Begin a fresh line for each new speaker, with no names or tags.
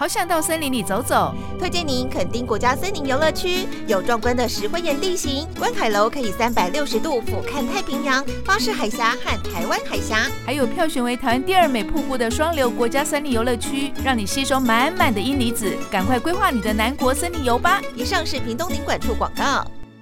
好想到森林里走走。
推荐您垦丁国家森林游乐区，有壮观的石灰岩地形，观海楼可以三百六十度俯瞰太平洋、巴士海峡和台湾海峡。
还有票选为台湾第二美瀑布的双流国家森林游乐区，让你吸收满满的阴离子。赶快规划你的南国森林游吧！
以上是屏东林管处广告。